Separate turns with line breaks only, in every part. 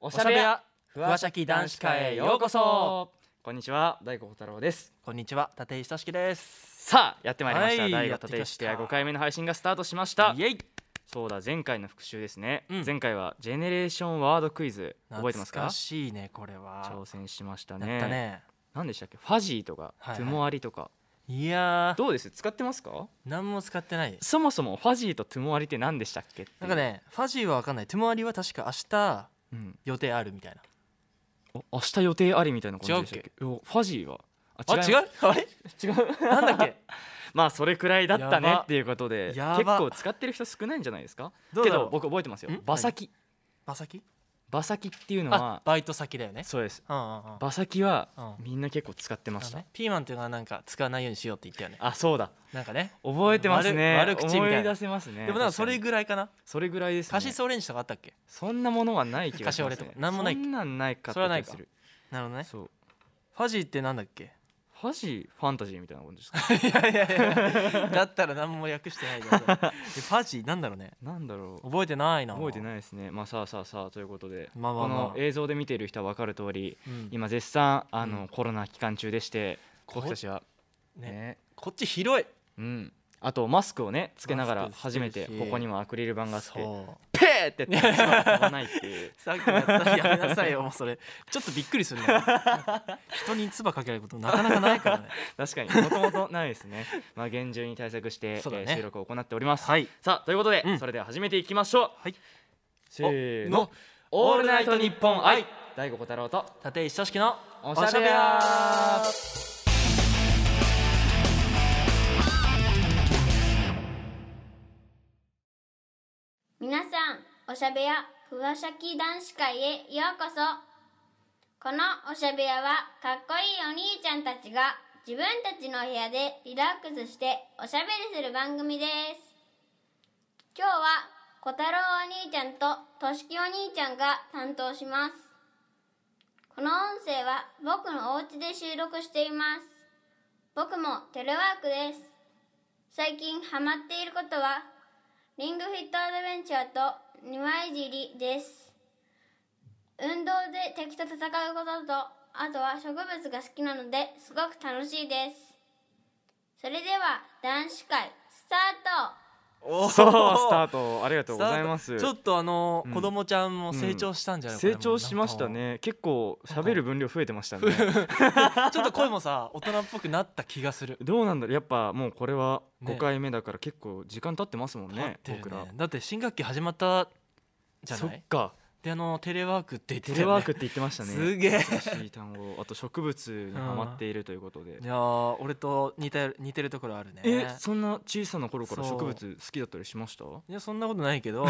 お
お
しゃべや
ふわしゃき男子会へようこそこんにちは大悟小太郎です
こんにちは立石俊樹です
さあやってまいりました、
はい
大
やっ
悟
て
立
きま
石
した
ペア5回目の配信がスタートしました
イエイ
そうだ前回の復習ですね、
うん
前回はジェネレーションワードクイズ覚えてます
懐
か
かしいねこれは
挑戦しました
や
ね
ったね
何でしたっけファジーとか、
はいはい
トゥモアリとか
いやー
どうです使ってますか
何も使ってない
そもそもファジーとトゥモアリって何でしたっけっていう
なんか、ねファジーは分かんない手回りは確か明日
うん、
予定あるみたいな
お明日予定ありみたいな感じでしたっけいやファジーは
あ
います
違うあれ
違う
なんだっけ
まあそれくらいだった
や
ね
ば
っていうことで
やば
結構使ってる人少ないんじゃないですか
どう
け
だろ
ど
う
僕覚えてますよ
ん
馬先
バサキ
馬先っていうの
あ
は
バイト先だよね
そうです
うんうんうん
馬先は
うん
みんな結構使ってま
あ
し
の
た
ねピーマンっていうのはなんか使わないようにしようって言ったよね
あそうだ
なんかね
覚えてますね
悪悪口みたいな
思い出せますね
でもなんかそれ
確かに
ぐらいかな
それぐらいですね
カシスオレンジとかあったっけ
そんなものはない気がします
カシオ
ね
レとかなんもないっ
そ
け
んなんないか
それはない
気
か
がする
なるほどね
そう
ファジーってなんだっけ
ファジーファンタジーみたいなもんですか
いやいやいや だったら何も訳して ないじゃんファジー なんだろうね
なんだろう
覚えてないな、
覚えてないいですねまあさあさあさあということでこ
まあまあまあ
の映像で見ている人は分かる通り
うん
今絶賛あ
う
の
ん
コロナ期間中でして
こ
僕たちは
ね
ね
こっち広い
うんあとマスクをねつけながら
マスク
初めて
してるし
ここにもアクリル板があって
そう
ペーってやって唾が飛ばないって いう
さっきのやったらやめなさいよもうそれちょっとびっくりするな人に唾かけることなかなかないからね
確かにもともとないですねまあ厳重に対策して、
そうだね
えー収録を行っております、
はい
さあということで、
うん
それでは始めていきましょう
はい
せー
お
の
の
オールナイトニッポン愛大悟小太郎と
立石俊樹の
おしゃべりゃー
皆さんおしゃべやふわしゃき男子会へようこそこのおしゃべやはかっこいいお兄ちゃんたちが自分たちの部屋でリラックスしておしゃべりする番組です今日は小太郎お兄ちゃんととしきお兄ちゃんが担当しますこの音声は僕のお家で収録しています僕もテレワークです最近ハマっていることはリングフィットアドベンチャーと庭いじりです。運動で敵と戦うことと、あとは植物が好きなのですごく楽しいです。それでは男子会スタート
お
そうスタートありがとうございます
ちょっとあの
うん
子供ちゃんも成長したんじゃないかな
成長しましたね結構喋る分量増えてましたね
もうなんかちょっと声もさ大人っぽくなった気がする
どうなんだろうやっぱもうこれは
ね
5回目だから結構時間経ってますもんね
なってるね
僕ら
だって新学期始まったじゃ
そ
な
っ
い
か
であのテレワークって言っ
テ
てた
レ
よ
ワ
ね
ークって言ってました
す
ね
げえ
難しい単語あと植物にハマっているということで
いやー俺と似てる似てるところあるね
えそんな小さな頃から
そう
植物好きだったりしました
いやそんなことない けどい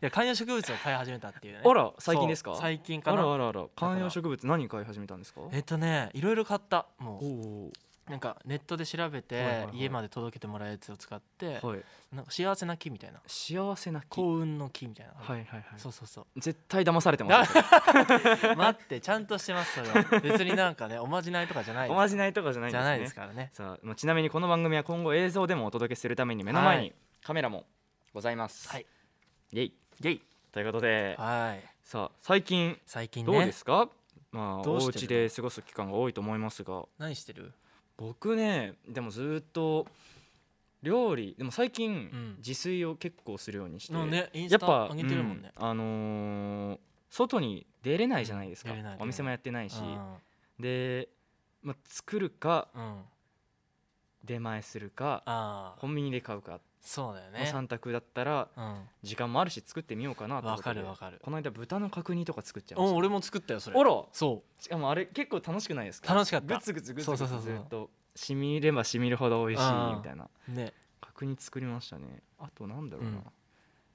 や観葉植物を飼い始めたっていうね
あら最近ですか
そう最近か
あらあ
な
らあら観葉植物何飼い始めたんですか
えっとねいろいろ買ったも
おお
うなんかネットで調べて、
はいはいはい
家まで届けてもらうやつを使って、
はい
なんか幸せな木みたいな
幸せな木はい
幸運の木みたいな、
はいはい
そうそうそう
絶対騙されてますよ
待ってちゃんとしてますそれ は別になんかねおまじないとかじゃない
おまじないとかじゃないん
じゃないで
です
す
ね
からね
さあまあちなみにこの番組は今後映像でもお届けするために目の前
は
にカメラもございます
はい
イエイ
イエイ
ということで
はい
さあ最近
最近ね
どうですか、まあ
どう
お
してる
家で過ごす期間が多いと思いますが
何してる
僕ねでもずっと料理でも最近、
うん
自炊を結構するようにして、
のねイン
や
ス
っぱ
タ上げてるもんね、
うんあのー外に出れないじゃないですか、
出れない出れない
お店もやってないし、
う
で、まあ、作るか
ん、うん、
出前するか
ああ
コンビニで買うか、
そうだよ
の
ね
3択だったら
うん
時間もあるし作ってみようかなと
わかるわかる
この間豚の角煮とか作っちゃいまし
お
た
俺も作ったよそれ
おろ
そ
しかもあれ結構楽しくないですか
楽しかった
グツグツグツグツ
そうそうそう
ず
そう
っとしみればしみるほど美味しい
うん
みたいな
うね
確認作りましたねあとなんだろうな、
うん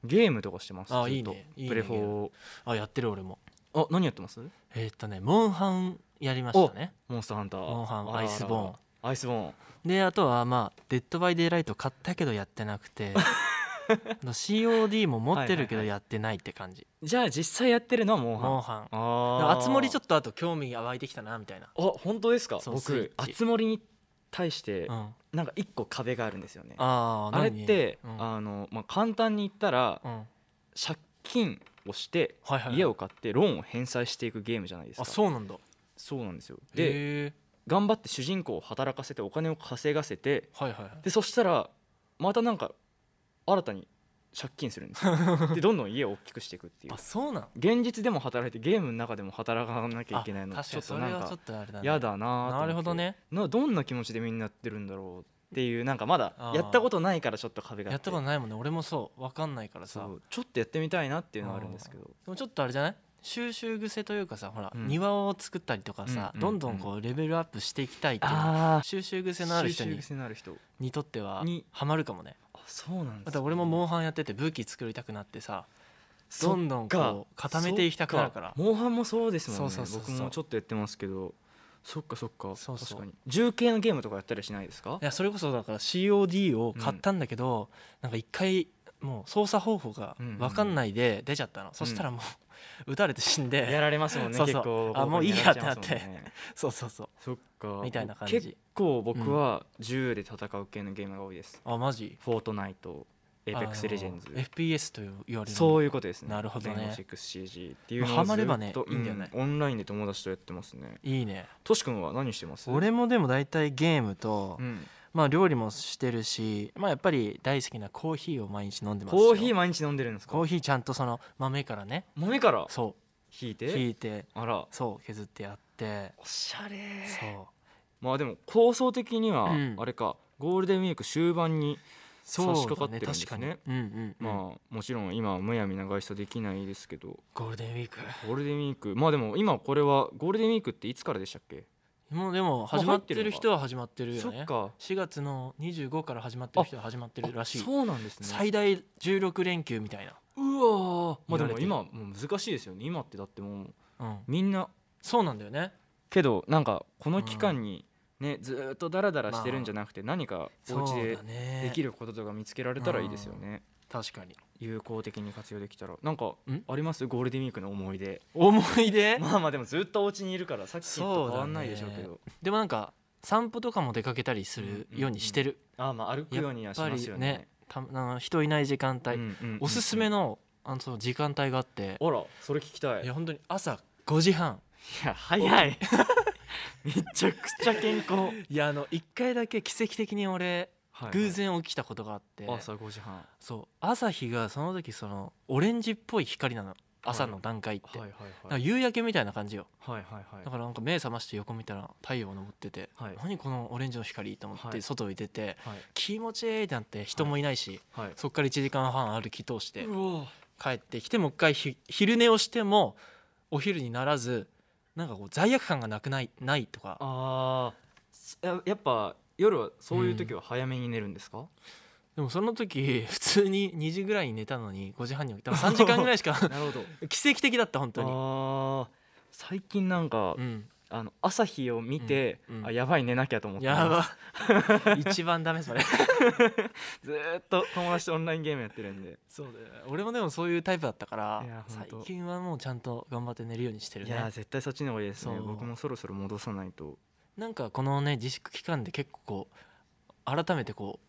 ゲームとかしてます
あ
ずっと
いいねいいね
プレフォーを
あやってる俺も
あ何やってます
えーっとねモンハンやりましたね
モンスターハンター
モンハン
あらあらあら
アイスボーン
アイスボーン
であとはまあ「デッド・バイ・デイ・ライト」買ったけどやってな くてあの COD も持ってる
はい
けど
はいはい
やってないって感じ
じゃあ実際やってるのはモンハン
モンハン
あ
熱森ちょ
っ
っとあと興味が湧いてきたなみたいな、
とあ本当ですか
そうスイッ
僕
チ
熱森に対して
うん、あ
なんか一個壁があるんですよねあ
あ
れって、
うん
あのまあ簡単に言ったら
うん
借金をして
はいはい
家を買ってローンを返済していくゲームじゃないですか
あそうなんだ
そうなんですよで
で
頑張って主人公を働かせてお金を稼がせて
はいはいはい
でそしたらまたなんか新たに借金するんです よでどんどん家を大きくしていくっていう
あそうなん
現実でも働いてゲームの中でも働かなきゃいけないの
あ確
ち
か
ょ
に
っとな
それ
ん
はちょ
か
っとあれだね
嫌だな
なるほどね
などんな気持ちでみんなやってるんだろうっていうなんかまだ
あー
やったことないからちょっと壁があ
やったこと
な
ないもんね俺もそう分かんないからさ
そうちょっとやってみたいなっていうのはあるんですけど
でもちょっとあれじゃない収集癖というかさほら、
うん
庭を作ったりとかさ、
うん
どんどんこうレベルアップしていきたいっていうのは
あ
収集癖のある
収
人
集
に
癖のある人
にとっては
に
ハマるかもね
あそうなんですね
だって俺もモンハンやってて武器作りたくなってさどんどん
そっか
こう固めていきたくなるから
そっモンハンもそうですもんね
そうそうそうそう
僕もちょっとやってますけどそっかそっか
そうそ
確
う
かに重系のゲームとかやったりしないですか
いやそれこそだから COD を買ったんだけど、なんか一回もう操作方法が分かんないで出ちゃったの、そしたらもう撃たれて死ん
や
で、
られますもんね
そうそう
結構
あもういいやってなっ
ボ
て
コボコにやられちゃいますもんね
そうそうそう
そっか
みたいな感じ
結構僕は銃で戦う系のゲームが多いです、
あマジ
フォートナイトエイペックスレジェンズ
あの FPS と言われる
そう
う
いうことですね
なるほどね
レイノシックス CG っていうのを
まあハマればね
ずっと
いいんだよね
うオンラインで友達とやってますね
いいね
とし君は何してます
俺もでも大体ゲームと、
うん
まあ料理もしてるしまあやっぱり大好きなコーヒーを毎日飲んでますよ
コーヒー毎日飲んでるんですか
コーヒーちゃんとその豆からね
豆から
そ
引いうて
ひいて
あら
そう削ってやって
おしゃれ
そう
まあでも構想的には
うん
あれか、ゴールデンウィーク終盤に
そう
差し掛かってるんですね
だ確かに、うんうんうん
まあもちろん今はむやみな外出できないですけど
ゴールデンウィーク
ゴールデンウィークまあでも今これはゴールデンウィークっていつからでしたっけ、
もうでも
入ってるのか
始まってる人は始まってる
そ
よ
っ
ね
か
4月の25から始まってる人は始まってるらしい
そうなんですね
最大16連休みたいな
うわーまあでも
言われてる
今もう難しいですよね今ってだってもう
うん
みんな
そうなんだよね
けどなんかこの期間にね、ずーっとダラダラしてるんじゃなくて、何かお
そ
家
う
で
だね
できることとか見つけられたらいいですよね、
確かに
有効的に活用できたらなんか
ん
ありますゴールデンウィークの思い出
思い出
まあまあでもずっとお家にいるからさっきと変わんないでしょうけ
そ
ど
でもなんか散歩とかも出かけたりするようにしてる
ああまあ歩くようには
やっ
し
ぱ
ます
り
よ
ね
ね
たあの人いない時間帯
うんうんうん
おすすめのあのその時間帯があって
あらそれ聞きたい
いや本当に朝5時半
いや早い めちゃくちゃ健康、
いやあの1回だけ奇跡的に俺偶然起きたことがあって
朝5時半は
そう朝日がその時そのオレンジっぽい光なの朝の段階って、
いはい
なん
は
か
い
夕焼けみたいな感じよ
はいはい
だ
はい
からなんか目覚まして横見たら太陽昇ってて、
はい
何このオレンジの光と思っ
は
て
い
外に出て、
はい
気持ちいいってなって人もいないし、
はい
そっから1時間半歩き通して
うわ
帰ってきてもう一回ひ昼寝をしてもお昼にならずなんかこう罪悪感がなくないないとか
あーややっぱ夜はそういう時は早めに寝るんですか、
でもその時普通に2時ぐらいに寝たのに5時半に起きた3時間ぐらい しか
なるほど
奇跡的だった本当に。
あー最近なんか、
うん
あの朝日を見て、
うんうん
あやばい寝なきゃと思って
や
ます
ば一番ダメそれ
ずーっと友達とオンラインゲームやってるんで
そうだよね俺もでもそういうタイプだったから
いやほん
最
と
近はもうちゃんと頑張って寝るようにしてる
いやー
ね
絶対そっちの方がいいですね
そう
僕もそろそろ戻さないと
なんかこのね自粛期間で結構こう改めてこ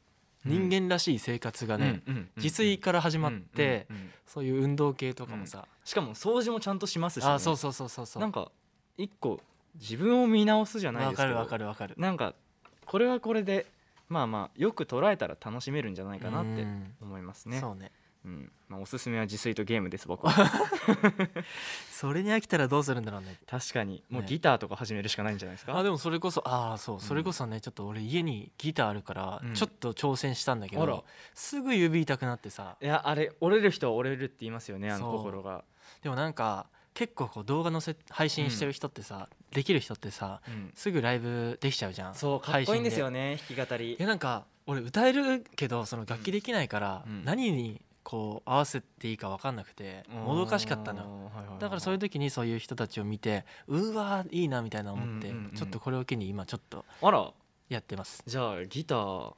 う
うん
人間らしい生活がね、
うんうんうん
自炊から始まって、
うんうんうん
そういう運動系とかもさ、
しかも掃除もちゃんとしますし、ね、
あそうそうそうそうそう
なんか一個自分を見直すじゃないで
わ
すけ
か
ど
るわかるわかる
なんかこれはこれでまあまあよく捉えたら楽しめるんじゃないかなって
うん
思いますね
そうね
うんまあ、おすすめは自炊とゲームです僕 は
それに飽きたらどうするんだろうね
確かにもう
ね
ギターとか始めるしかないんじゃないですか、
あでもそれこそああそうそれこそね、ちょっと俺家にギターあるから
うん
ちょっと挑戦したんだけど、
あら
すぐ指痛くなってさ
いやあれ折れる人は折れるって言いますよねあの
そう
心が、
でもなんか結構こう動画載せ配信してる人ってさ、できる人ってさ
うん
すぐライブできちゃうじゃん
そうかっこいいんですよ
ね
ね弾き語り
いやなんか俺歌えるけどその楽器できないから、
うんうん
何にこう合わせていいか分かんなくてもどかしかったのよ
よ
だからそういう時にそういう人たちを見てうわーいいなみたいな思って、
うんうんうん
ちょっとこれを機に今ちょっと
あら
やってます
じゃあギター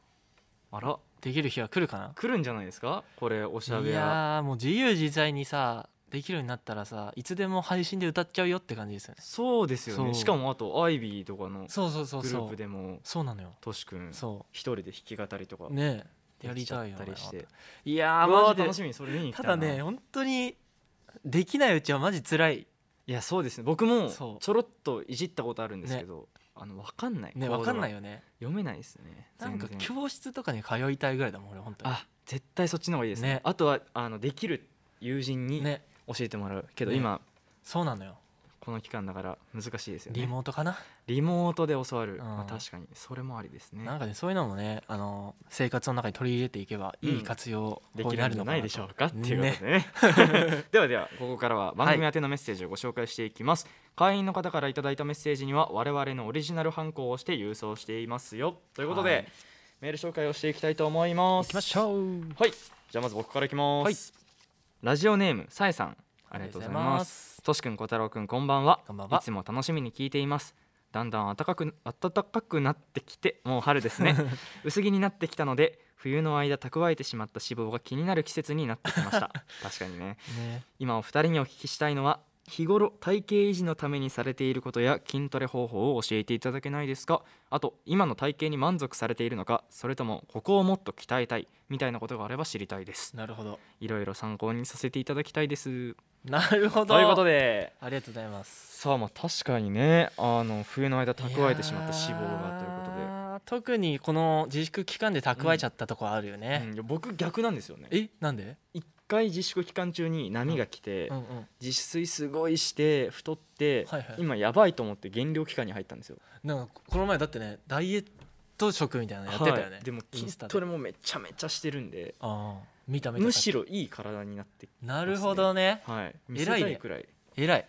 あら
できる日は来るかな
来るんじゃないですかこれおしゃ
い
べり
やーもう自由自在にさできるようになったらさいつでも配信で歌っちゃうよって感じですよね
そうですよ
そ
ね
う
しかもあとアイビーとかの
そうそうそう
グル
そ
ープ
う
でも
そうなのよ
としくん一
そ
人で弾き語りとか
うねえや
で
り
きちゃ
た
っ
いよ
た
ね
りして
いや
うわー
ーマジ
楽し
で
みそれ見に行き
た
たいな
だね本当にできないうちはマジ辛
い
い
やそうですね僕も
そう
ちょろっといじったことあるんですけど、あの分かんない
ね分かんない
よ
よね
読めないですね
なんか
全然
教室とかに通いたいぐらいだもん俺本当に
あ絶対そっちの方がいいですね
ね
あとはあのできる友人に
ね
教えてもらうけど、
ね
今
そうなのよ
この期間だから難しいですよね
リ
リモ
モートかな
ートで教わる、
ん
まあ、確かにそれもありですね
なんかねそういうのもねあの生活の中に取り入れていけばいい活用
で
法
き
に
る
なんる
じゃ
のかなと
ないでしょうかっていうこと
ね
でね ではではここからは番組宛てのメッセージをご紹介していきます、会員の方からいただいたメッセージには我々のオリジナルハンコをして郵送していますよということで、
はい
メール紹介をしていきたいと思いま
行
す
きましょう
はいじゃあまず僕からいきます、
はい
ラジオネームさえさんありがとうございます
す
としくんこたろうくんこんばんは
こんばんはい
つも楽しみに聞いていますだんだん暖かく暖かくなってきてもう春です ね薄着になってきたので冬の間蓄えてしまった脂肪が気になる季節になってきました確かにね
ね
今お二人にお聞きしたいのは日頃体型維持のためにされていることや筋トレ方法を教えていただけないですかあと今の体型に満足されているのかそれともここをもっと鍛えたいみたいなことがあれば知りたいです
なるほど
いろいろ参考にさせていただきたいです
なるほど
ということで
ありがとうございます
さあまあ確かにねあの冬の間蓄えてしまった脂肪がということで
ということで特にこの自粛期間で蓄えちゃったとこあるよ
う
ね、
んいや僕逆なんですよね
えなんで、
一回自粛期間中に波が来て、
うんうん、
自炊すごいして太って、
はいはい
今やばいと思って減量期間に入ったんですよ
なんかこの前だってねダイエット食みたいなのやってたよね、
はいでも
イン
筋
スタで
トレもめちゃめちゃしてるんで
ああ見た見た
むしろいい体になって
なるほどね
はい見せ
偉
た
いね
いくらい
偉 い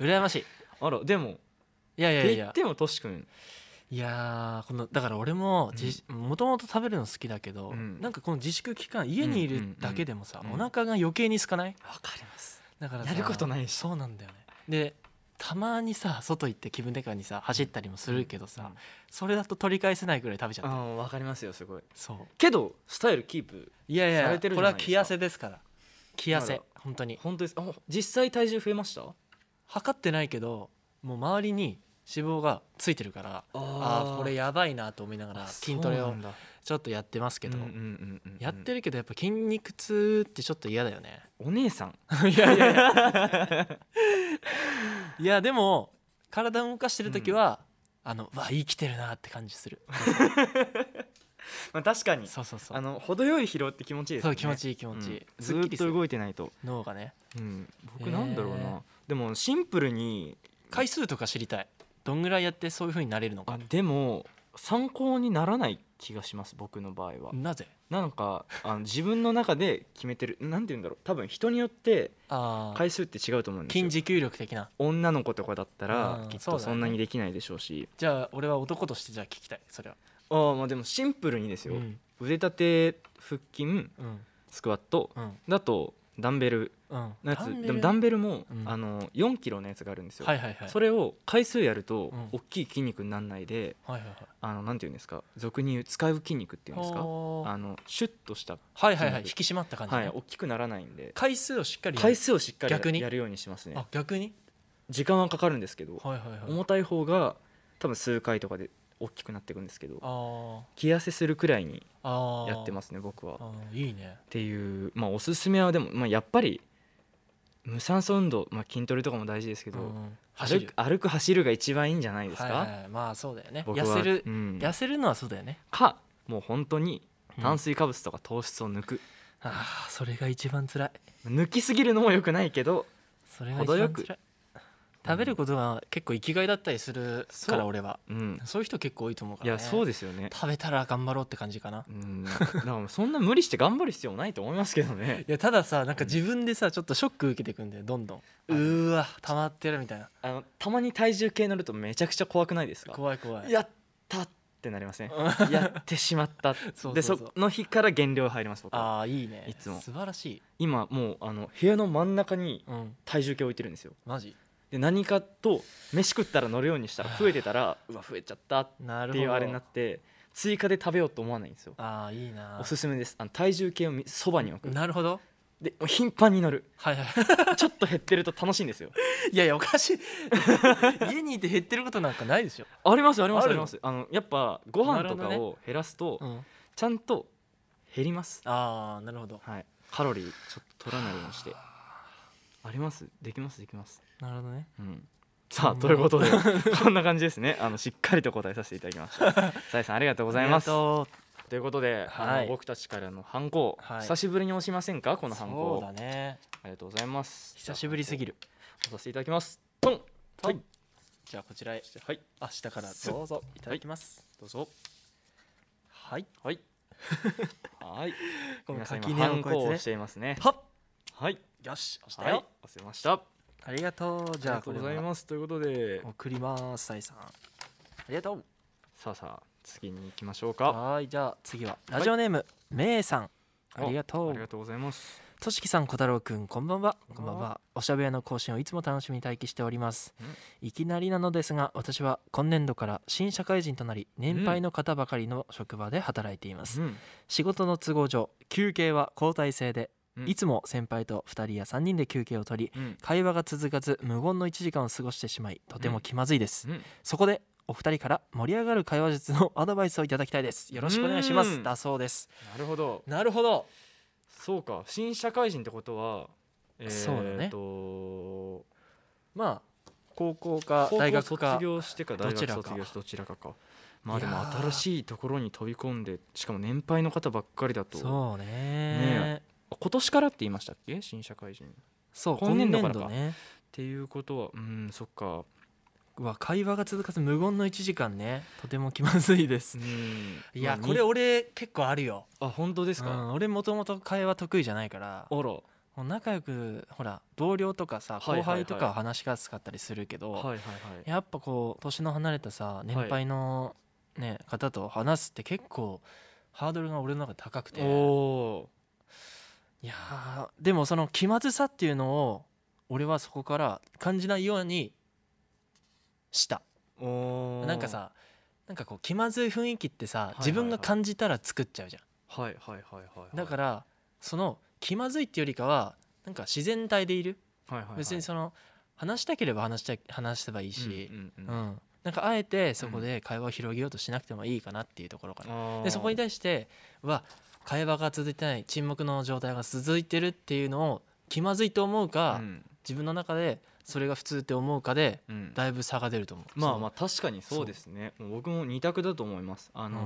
羨ましい
あらでも
いやい
っ
や
て
い
言っ
や
てもとしくん
いやーこのだから俺ももともと食べるの好きだけど、
うん
なんかこの自粛期間家にいるだけでもさ、
うんうんうん
お腹が余計に空かない
わかります
だから
やること
い
ないし
そうなんだよねでたまにさ外行って気分転換にさ走ったりもするけどさ、
うん
それだと取り返せないぐらい食べちゃ
あ
った
ーわかりますよすごい
そう
けどスタイルキープ
いやい
さ
や
れてるじ
こ
ゃ
れ
ないですか
は気痩せですから気痩
な
せ
る
本当に
本当ですあ実際体重増えました
測ってないけどもう周りに脂肪がついてるからああーこれ
や
やばいなと思いながら筋トレを
だ
ちょっとやってますけど、
うんうんうんうんうん
やってるけどやっぱ筋肉痛ってちょっと嫌だよね
お姉さ ん
いやいやいやいやでも体を動かしてる時は、あのうわ生きてるなって感じする
まあ確かに
そうそうそう
あの程よい疲労って気持ちいいです
そ
よ
う
ね
気持ちいい気持ちいい、
うんず
すっき
ー
り
っ
す
と
る
動いてないと
脳がね
うん
へ
僕
ー
なんだろうなでもシンプルに
回数とか知りたいどんぐらいやってそういう風になれるの
あ
か
でも参考にならない気がします僕の場合は
なぜ
なんかあの自分の中で決めてるなんて言うんだろう多分人によって
ああ
回数って違うと思うんです
筋
よ
持久力的な
女の子とかだった
う
ら
ん
きっ
そう
と
だよね
そんなにできないでしょうし
じゃあ俺は男としてじゃあ聞きたいそれは
ああまあでもシンプルにですよ、
うん
腕立て腹筋
うん
スクワット
うん
だとダンベル
うん
のやつ
ダンベル
でもダンベルも、
うん
あの4キロのやつがあるんですよ、
はいはいはい
それを回数やると
うん
大きい筋肉にならないで、
はいはいはい
あのなんていうんですか俗に言う使う筋肉っていうんですか
ほー
あのシュッとした、
はいはいはい引
筋
き締まった感じ
はい、
ね
大きくならないんで
回数をしっかりやる
回数をしっかりや
逆に
やるようにしますね
あ逆に
時間はかかるんですけど、
はいはいはい
重たい方が多分数回とかで大きくなっていくんですけど
あ
気痩せするくらいに
ーあ
やってますすね僕は
いいね
っていうまあおすすめはでも、まあ、やっぱり無酸素運動、まあ、筋トレとかも大事ですけど、
うん走
歩
る
く歩く走るが一番いいんじゃないですか、
はいはいまあそうだよね
僕は
痩せる
うん
痩せるのはそうだよね
かもう本当に
うん
炭水化物とか糖質を抜く、
ああそれが一番辛い
抜きすぎるのも良くないけど
それが一
程よ
番
く
辛い食べることが結構生きがいだったりする
そう
から俺は
うん
そういう人結構多いと思うか
い
ら、ね、
やそう
で
ですよね
食べたら頑張ろうって感じかな
うんだからそんな無理して頑張る必要もないと思いますけ どね
いやたださなんか自分でさちょっとショック受けてくんだよどんどんうーわ溜まってるみたいな
あのたまに体重計乗るとめちゃくちゃ怖くないですか
怖い怖い
やったってなりません
う
やってしまった
そう
で
そう
そ
そう
の日から減量入ります僕は
ああいいね
いつも
素晴らしい
今もうあの部屋の真ん中に
うん
体重計置いてるんですよ
マジ
で何かと飯食ったら乗るようにしたら増えてたらうわ増えちゃったっ
なる
て
ほ
いう
ど
あれになって追加で食べようと思わないんですよ
ああいいな
おすすめですあの体重計をみそばに置く
なるほど
でもう頻繁に乗る
はいはい
ちょっと減ってると楽しいんですよ
いやいやおかしい 家にいて減ってることなんかないでしょ、
ありますあります
あ
あ
る
りますあのやっぱご飯と
な
か
るほ
を減らすと
うん、
ちゃんと減ります
ああなるほど
はいカロリーちょっと取らないようにしてありますできますできます、
なるほどね
うん、さあということで こんな感じですねあのしっかりと答えさせていただきましたさえさんありがとうご
ご
ざいますということで、あ
は
の
い
僕たちからのハンコ、
はい
久しぶりに押しませんかこのハン
そう
コ
だね
ありがとうございます
久しぶりすぎ
る
る
押させていただきますトンはい
じゃあこちらへ
はい
あ下からどうぞいただきます
どうぞ
はい
はいはい
この
皆さん
垣
今
根
ハ
を
ンコを
越え
押してていますね
はっ
はい
よし押した
はい
よ、
押せました
ありがとうじゃあ
ありがと
こ
う
れ
ござい
は
ますということで
送りますサイさんありがとう
さあさあ次に行きましょうか
はーいじゃあ次はラジオネーム、めいさんありがと
あ
う
りがとうございます
としきさん小太郎くんこんばんは
こ
こ
ん
ん
ば
ば
ん
ん
は
はおしゃべりの更新をいつも楽しみに待機しております
うん
いきなりなのですが私は今年度から新社会人となり年配の方ばかりの職場で働いています、
うん
仕事の都合上休憩は交代制で、
うん
いつも先輩と2人や3人で休憩を取
う
り
ん
会話が続かず無言の1時間を過ごしてしまいとても気まずいです、
うん
そこでお二人から盛り上がる会話術のアドバイスをいただきたいですよろしくお願いしま
うーん
すだそうです
なるほど
なるほど
そうか新社会人ってことはえ
そうだね
ーと
まあ高校か
高
大
校
学
卒
か
業してか大
どち
学
らか
卒業してどちらかかまあ
い
で
や
も
ー
新しいところに飛び込んでしかも年配の方ばっかりだと
そうね
ね今年からって言いましたっけ新社会人っ
そう
今年
今年
度
度
からか
ね
ていうことはうんそっか
うわ会話が続かず無言の1時間ねとても気まずいです
うん
い
ま
や
あ
これ
に
俺結構あるよ
あ本当です
う
か
ん俺もともと会話得意じゃないから
あら
もう仲良くほら同僚とかさ
はいはい
後
はい
輩とかは話しやすかったりするけど、
はいはいはい
やっぱこう年の離れたさ年配の、ね方と話すって結構ハードルが俺の中で高くてい
お
やーでもその気まずさっていうのを俺はそこから感じないようにした
ーおー
なんかさなんかこう気まずい雰囲気って
いは
さ
いはい
自分が感じたら作っちゃうじゃん、
はいはいはいはいはい
だからその気まずいっていうよりかはなんか自然体でいる、
ら、はいはいはい、
別にその話したければ話したい話せばいいし、
うんうんう
うんん、なんかあえてそこで会話を広げようとしなくてもいいかなっていうところかな、でそこに
対
対しては会話が続いてない沈黙の状態が続いてるっていうのを気まずいと思うか、
うん
自分の中でそれが普通って思うかで
うん
だいぶ差が出ると思う
まあまあ
あ
確かにそうですねもう僕も二択だと思いますあ
あ
の、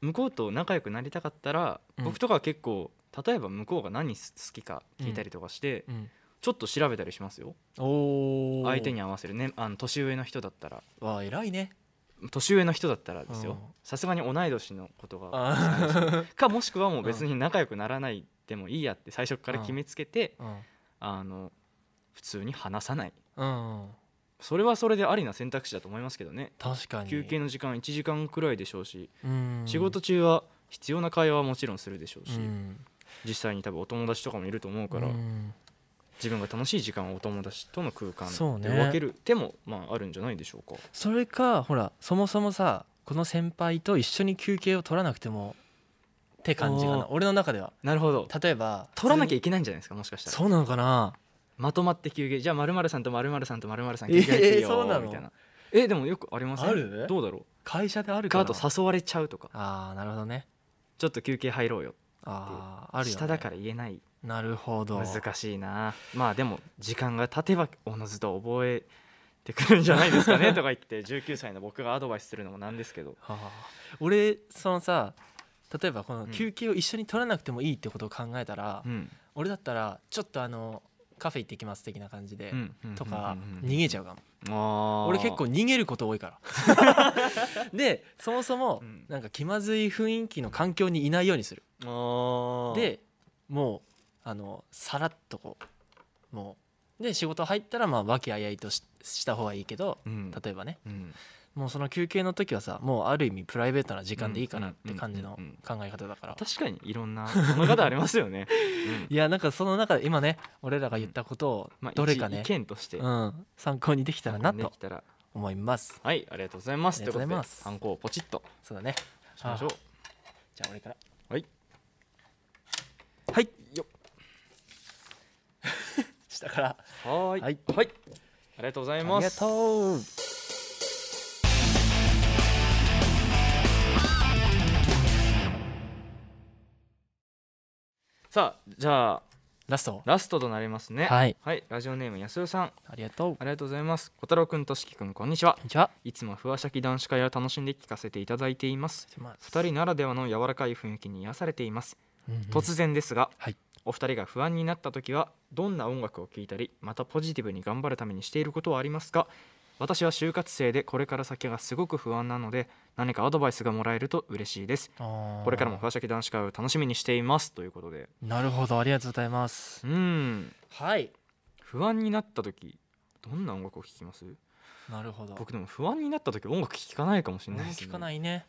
向こうと仲良くなりたかったら、
うん
僕とかは結構例えば向こうが何好きか聞いたりとかして、
うん
ちょっと調べたりしますよ
おー
相手に合わせるねあの年上の人だったら
わあ偉いね
年上の人だったらです
うん
よさすがに同い年のことが
あ
かもしくはもう別に仲良くならないでもいいやって最初から決めつけて、
うん
あの普通に話さない
うん
それはそれでありな選択肢だと思いますけどね
確かに
休憩の時間1時間くらいでしょうし、
うん
仕事中は必要な会話はもちろんするでしょうし、
うん
実際に多分お友達とかもいると思うから、
うん
自分が楽しい時間をお友達との空間
そう
で
ね
分ける手も、まあ、あるんじゃないでしょうか
それかほらそもそもさこの先輩と一緒に休憩を取らなくてもって感じか
あ
な俺の中では
なるほど
例えば
取らなきゃ
普
いけないんじゃないですかもしかし
通
たら
にそうなのかな
まとまって休憩じゃあ〇〇さんと〇〇さんと〇〇さん
えー
休憩入ってよ
そうなの
みたいなえでもよくありません
ある
どうだろ
会社である
う
か
か
な
あと誘われちゃうとか
ああなるほどね
ちょっと休憩入ろうよ
あああるよ、ね、
下だから言えない
なるほど
難しいなまあでも時間が経てばおのずと覚えてくるんじゃないですか ねとか言って19歳の僕がアドバイスするのもなんですけど
はあ俺そのさ例えばこの
うん
休憩を一緒に取らなくてもいいってことを考えたら、
うん
俺だったらちょっとあのカフェ行ってきます的な感じで、
うんうん
とか
うん
逃げちゃうかも
あー
俺結構逃げること多いから でそもそも
うん
なんか気まずい雰囲気の環境にいないようにする
あー
でもうあのさらっとこうもうで仕事入ったらまあ和気あいあいとしした方がいいけど
うん
例えばね
うん
もうその休憩の時はさもうある意味プライベートな時間でいいかなって感じ
うん
の
うんうん
考え方だから
確かにいろんな考え方ありますよ ね、うん
いやなんかその中で今ね俺らが言ったこと
ま
を
あ、
どれか
一
ね
意、見として
うん、参考にできたらな
で
と
きたら
思います
はいありがとうございます
ありがとうございます
ということでハンコをポチッと
そうだね
しましょう
じゃあ俺から
はい
はい
よ
下から
はーい
はい
はいありがとうござい
あ
ま
りが
す
とう
さあじゃあ
ラスト
ラストとなりますね
はい
ラジオネーム安代さんあ
ありがとうこ
りがとうございます小太郎くんとしきくんこんにちは
んにちはい
つもふわしゃき男子会を楽しんで聞かせていただいています二人ならではの柔らかい雰囲気に癒されています突然ですが、
はい
お二人が不安になった時はどんな音楽を聴いたりまたポジティブに頑張るためにしていることはありますか私は就活生でこれから先がすごく不安なので何かアドバイスがもらえると嬉しいですこれからもふわしゃき男子会を楽しみにしていますということで
なるほどありがとうございます
うん
はい
不安になった時どんな音楽を聴きます
なるほど
僕でも不安になった時音楽聴かないかもしれ
何
ない
も
です、ね、
聞かないね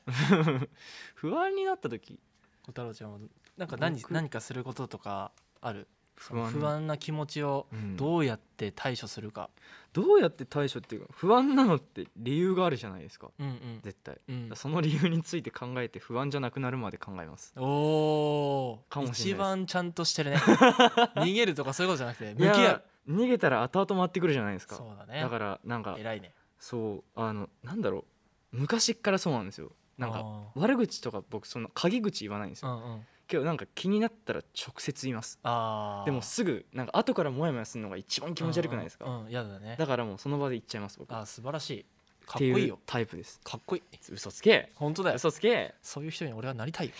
不安になった時
小太郎ちゃんはなんか何
僕
何かすることとかある
不安
不安な気持ちを
うん
どうやって対処するか
どうやって対処っていうか不安なのって理由があるじゃないですか
うんうん
絶対
うん
その理由について考えて不安じゃなくなるまで考えます
お
かもしれない
ー
です
一番ちゃんとしてる ね逃げるとかそういうことじゃなくて向き
い
合う
や逃げたら後々回ってくるじゃないですか
そうだね
だからなんか
偉いね
そうあのなんだろう昔っからそうなんですよなんか
あ
悪口とか僕そんな陰口言わないんです
ーう
よ
んうん
けどなんか気になったら直接言います
あー
でもすぐなんか後からモヤモヤするのが一番気持ち悪くないです
うん
か
うんうんやだね
だからもうその場で言っちゃいます僕
あ
っ
ー素晴らしいかってこいい
いう
よ
タイプです
かっこいい
嘘つけ
本当だよ
嘘つけ
そういう人に俺はなりたいよ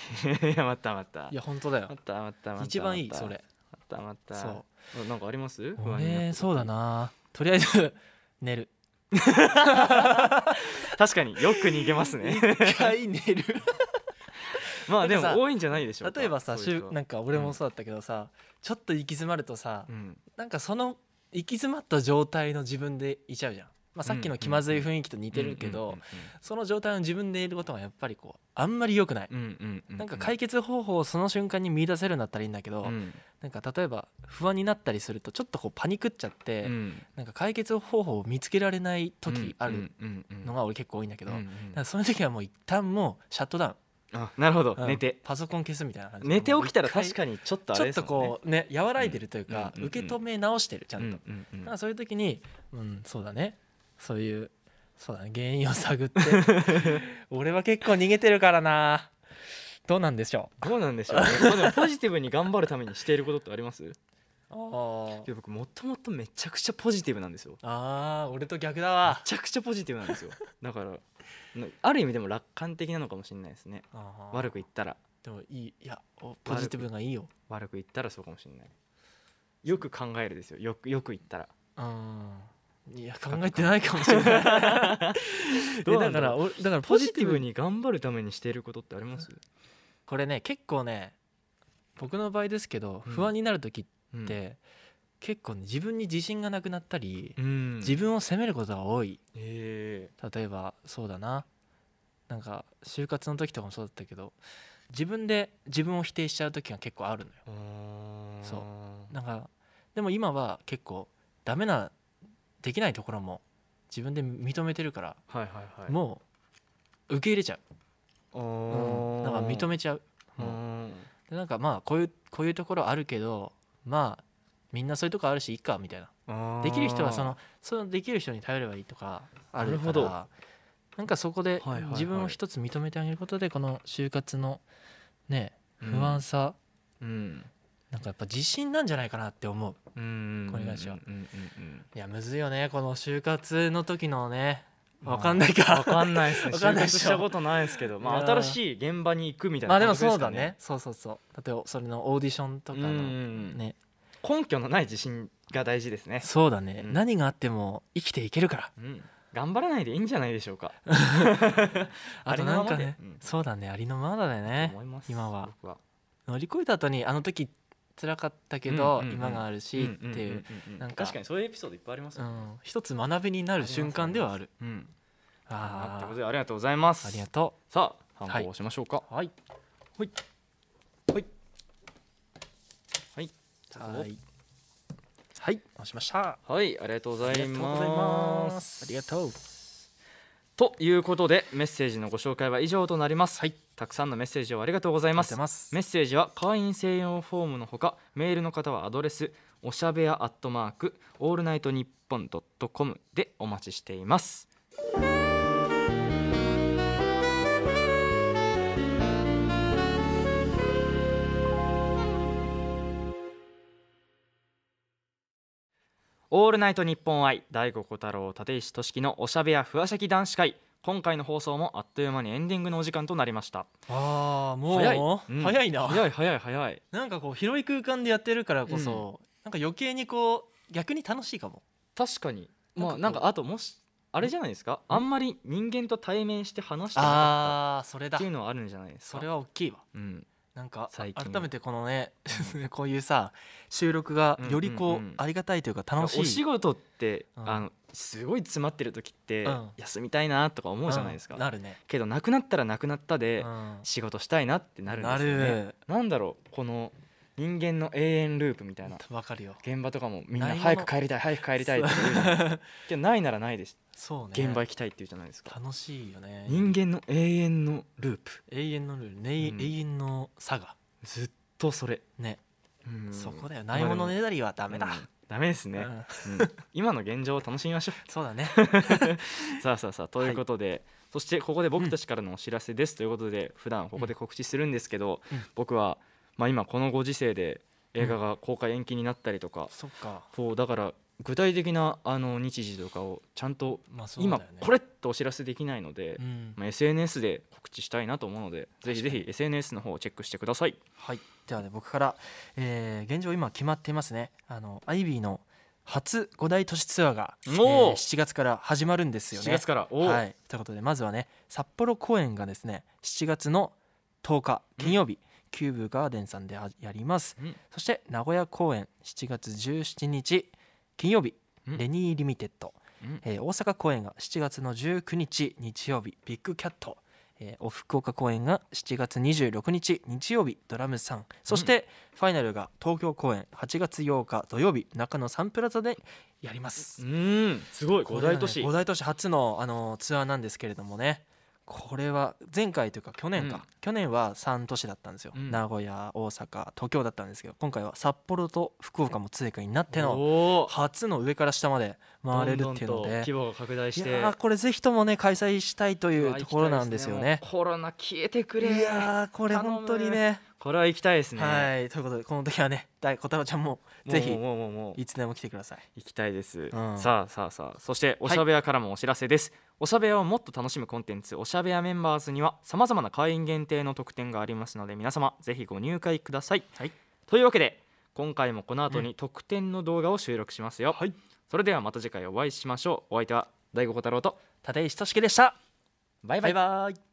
いやまたまた
いや本当だ
ま
よ
たまたまた
一番いい
また
それ
またまた
そう
なんかあります不安になった
俺
時
そうだなとりあえず 寝る
確かによく逃げます ね
一回寝る
まあで
なんかさ
も多いんじゃないでしょうか
例えばさ
そういう
週
人は
なんか俺もそうだったけどさちょっと行き詰まるとさ
うん
なんかその行き詰まった状態の自分でいちゃうじゃんまあさっきの気まずい雰囲気と似てるけどその状態の自分でいることがやっぱりこうあんまり良くない
うんうんうんう
なんか解決方法をその瞬間に見出せるんだったらいいんだけど
うん
なんか例えば不安になったりするとちょっとこうパニクっちゃっ
う
て
ん
なんか解決方法を見つけられない時ある
うんうんうん
のが俺結構多いんだけど
うんうん
だからその時はもう一旦もうシャットダ
あなるほど
ウン
寝て
パソコン消すみたいな感じで
寝て起きたら
もう一回
確かにちょっとあ
ち
れ
ょ
で
っ
す
と
もんね
こうね和らいでるというか
うんうんうん
受け止め直してるちゃ
うんん
と
うんうん
だからそういう時にうんそうだねそういうそうだね原因を探って 俺は結構逃げてるからなどうなんでしょ
どうなんでしょうねまあでもポジティブに頑張るためにしていることってあります
うあ
で僕もともとめちゃくちゃポジティブなんですよ
あー俺と逆だ
め
わ
ちゃくちゃポジティブなんですよだからなある意味でも楽観的なのかもしれないですね悪く言ったら
でもいいいやおポジティブがいいよ
悪く言ったらそうかもしれないよく考えるですよよくよく言ったら
うんいや考えてないかもしれない
どうな
だ
んだろ
から
う
おだから
ポ
ポ
ジ
ジ
テ
テ
ィ
ィ
ブ
ブ
に頑張るためにしていることってあります、
これね結構ね僕の場合ですけど
うん
不安になる時
うん
って、結構ね自分に自信がなくなったり、
うん
自分を責めることが多い
え
例えばそうだななんか就活の時とかもそうだったけど自分で自分を否定しちゃう時が結構あるのよ
えー、
そう
う
なんかでも今は結構ダメなできないところも自分で認めてるから
はいはいはい
もう受け入れちゃ
う
う、うん、なんか認めちゃう
う
もうんでなんかまあこういうこういうところあるけどまあみんなそういうとこあるしいいかみたいなできる人はそのそのできる人に頼ればいいとかある
なるほ
か
ど
らなんかそこで
はいはいはい
自分を一つ認めてあげることでこの就活のね
うん
不安さ、
うん
なんかやっぱ自信なんじゃないかなって思う
うん
これに関しては
うんうんうん
いやむずいよねこの就活の時のね
まあ
わかんないか、
わかんないですね
わか
就
んない
活
でしょ
したことないですけどま
い
あ
やー
新しい現場に行くみたい
ま
な
あでも
感覚
そ
です
う
か
だ
ね
ねそうそうそう例えばそれのオーディションとか
うんう
の
ん
ね
根拠のない自信が大事ですね
そうだね、
うん
何があっても生きていけるから
うん頑張らないでいいんじゃないでしょうか
あとなん
ありのまま、
かね
でうん
そうだねありのままだよね
思います
今は
僕は
乗り越えた後にあの時辛かったけど、
うんうんうん
今があるしっていう,、
んんんん
なんか
確かにそういうエピソードいっぱいあります
う
よね
ん、一つ学びになる瞬間ではある
うん、あというこ
あ
と
ー
でありがとうございます
ありがと
さあ反抗をしましょうか
うはい
はいはいはい
はいはい押しました
はいありがとうございます
ありがとうございます
ということでメッセージのご紹介は以上となります、はい、たくさんのメッセージをありがとうござい
ありがとうご
ま
ざ
す
います
メッセージは会員専用フォームのほかメールの方はアドレスおしゃべやアットマークオールナイトニッポンドットコムでお待ちしていますオールナイト日本愛大五小太郎立石俊樹のおしゃべやふわしゃき男子会今回の放送もあっという間にエンディングのお時間となりました
ああもう
早
早
い
い,、
うん
な
早い早い早い
なんかこう広い空間でやってるからこそ、なんか余計にこう逆に楽しいかも
確かにまあな
なんんかこう
かあともしあれじゃないですかあんまり人間と対面して話してなかっ
ああーそれ
たっ
だ
ていうのはあるんじゃないですか
それは大きいわ
うん
なんか
最近
改めてこのね こういうさ収録がより
うん
こう,、
うんうん
ありがたいというか
お
楽しい
仕事って、
うん
あのすごい詰まってる時って、
うん
休みたいなとか思うじゃないですか、
うんなるね、
けどなくなったらなくなった
う
で、
ん、
仕事したいなってなるんですよ
な
ね
る
なんだろうこの人間の永遠ループみたいな
わかるよ
現場とかもみんな
ないも
早
の
く帰りたい早く帰りたいって言うじゃないけどないならないです
そうね
現場行きたいって言うじゃないですか
楽しいよね
人間の永遠のループ
永遠のルール、ね
うん
永遠の差が
ずっとそれ、
ね、
うん
そこだよないものねだりはダメだ、
うんダメですね、
う
うん
ん
今の現状を楽しみましょ
そう だね
うさあさあさあということで、そしてここで僕たちからのお知らせです、ということで普段ここで告知するんですけど、
うん
僕は、まあ、今このご時世で映画が公開延期になったりとか、
そっか
こうだから具体的なあの日時とかをちゃんと
まあそうだ
今
よね
これってお知らせできないので、
うん
まあ、SNS で告知したいなと思うのでぜひぜひ SNS の方をチェックしてください
はい、ではね僕から、えー現状今決まっていますねあのアイビーの初五大都市ツアーが、えー
おー
7月から始まるんですよね。
4月からおー
はい、ということでまずはね札幌公演がですね7月の10日金曜日、キューブガーデンさんであやります、
うん
そして名古屋公演7月17日金曜日、
うん
レニーリミテッド、
うん
えー大阪公演が7月の19日日曜日ビッグキャット、えーお福岡公演が7月26日日曜日ドラムさんそしてファイナルが東京公演8月8日土曜日中野サンプラザでやります
う、ーんすごい五大都市
五大都市初の、あのーツアーなんですけれどもねこれは前回というか去年か、
うん
去年は3都市だったんですよ、
うん
名古屋大阪東京だったんですけど今回は札幌と福岡も追加になっての
おー
初の上から下まで回れるっていう
どんど
の
んと
で
規模が拡大して
いやーこれぜひともね開催したいというところなんですよ
う
ね
わ行きたいで。すもうコロナ消えてく
い
れ
やーこれ本当にね
これは行きたいですね
はいということでこの時はね大小太郎ちゃんも
もう
ぜひ
もうもうもう
いつでも来てください。
行きたいです、
ん
さあさあさあそしておしゃべやからもお知らせです、おしゃべやをもっと楽しむコンテンツおしゃべやメンバーズにはさまざまな会員限定の特典がありますので皆様ぜひご入会ください、
はい
というわけで今回もこの後に特典の動画を収録しますよ、
はい
それではまた次回お会いしましょうお相手は大悟小太郎と
立石俊樹でした。
バイバイ
バイバイ。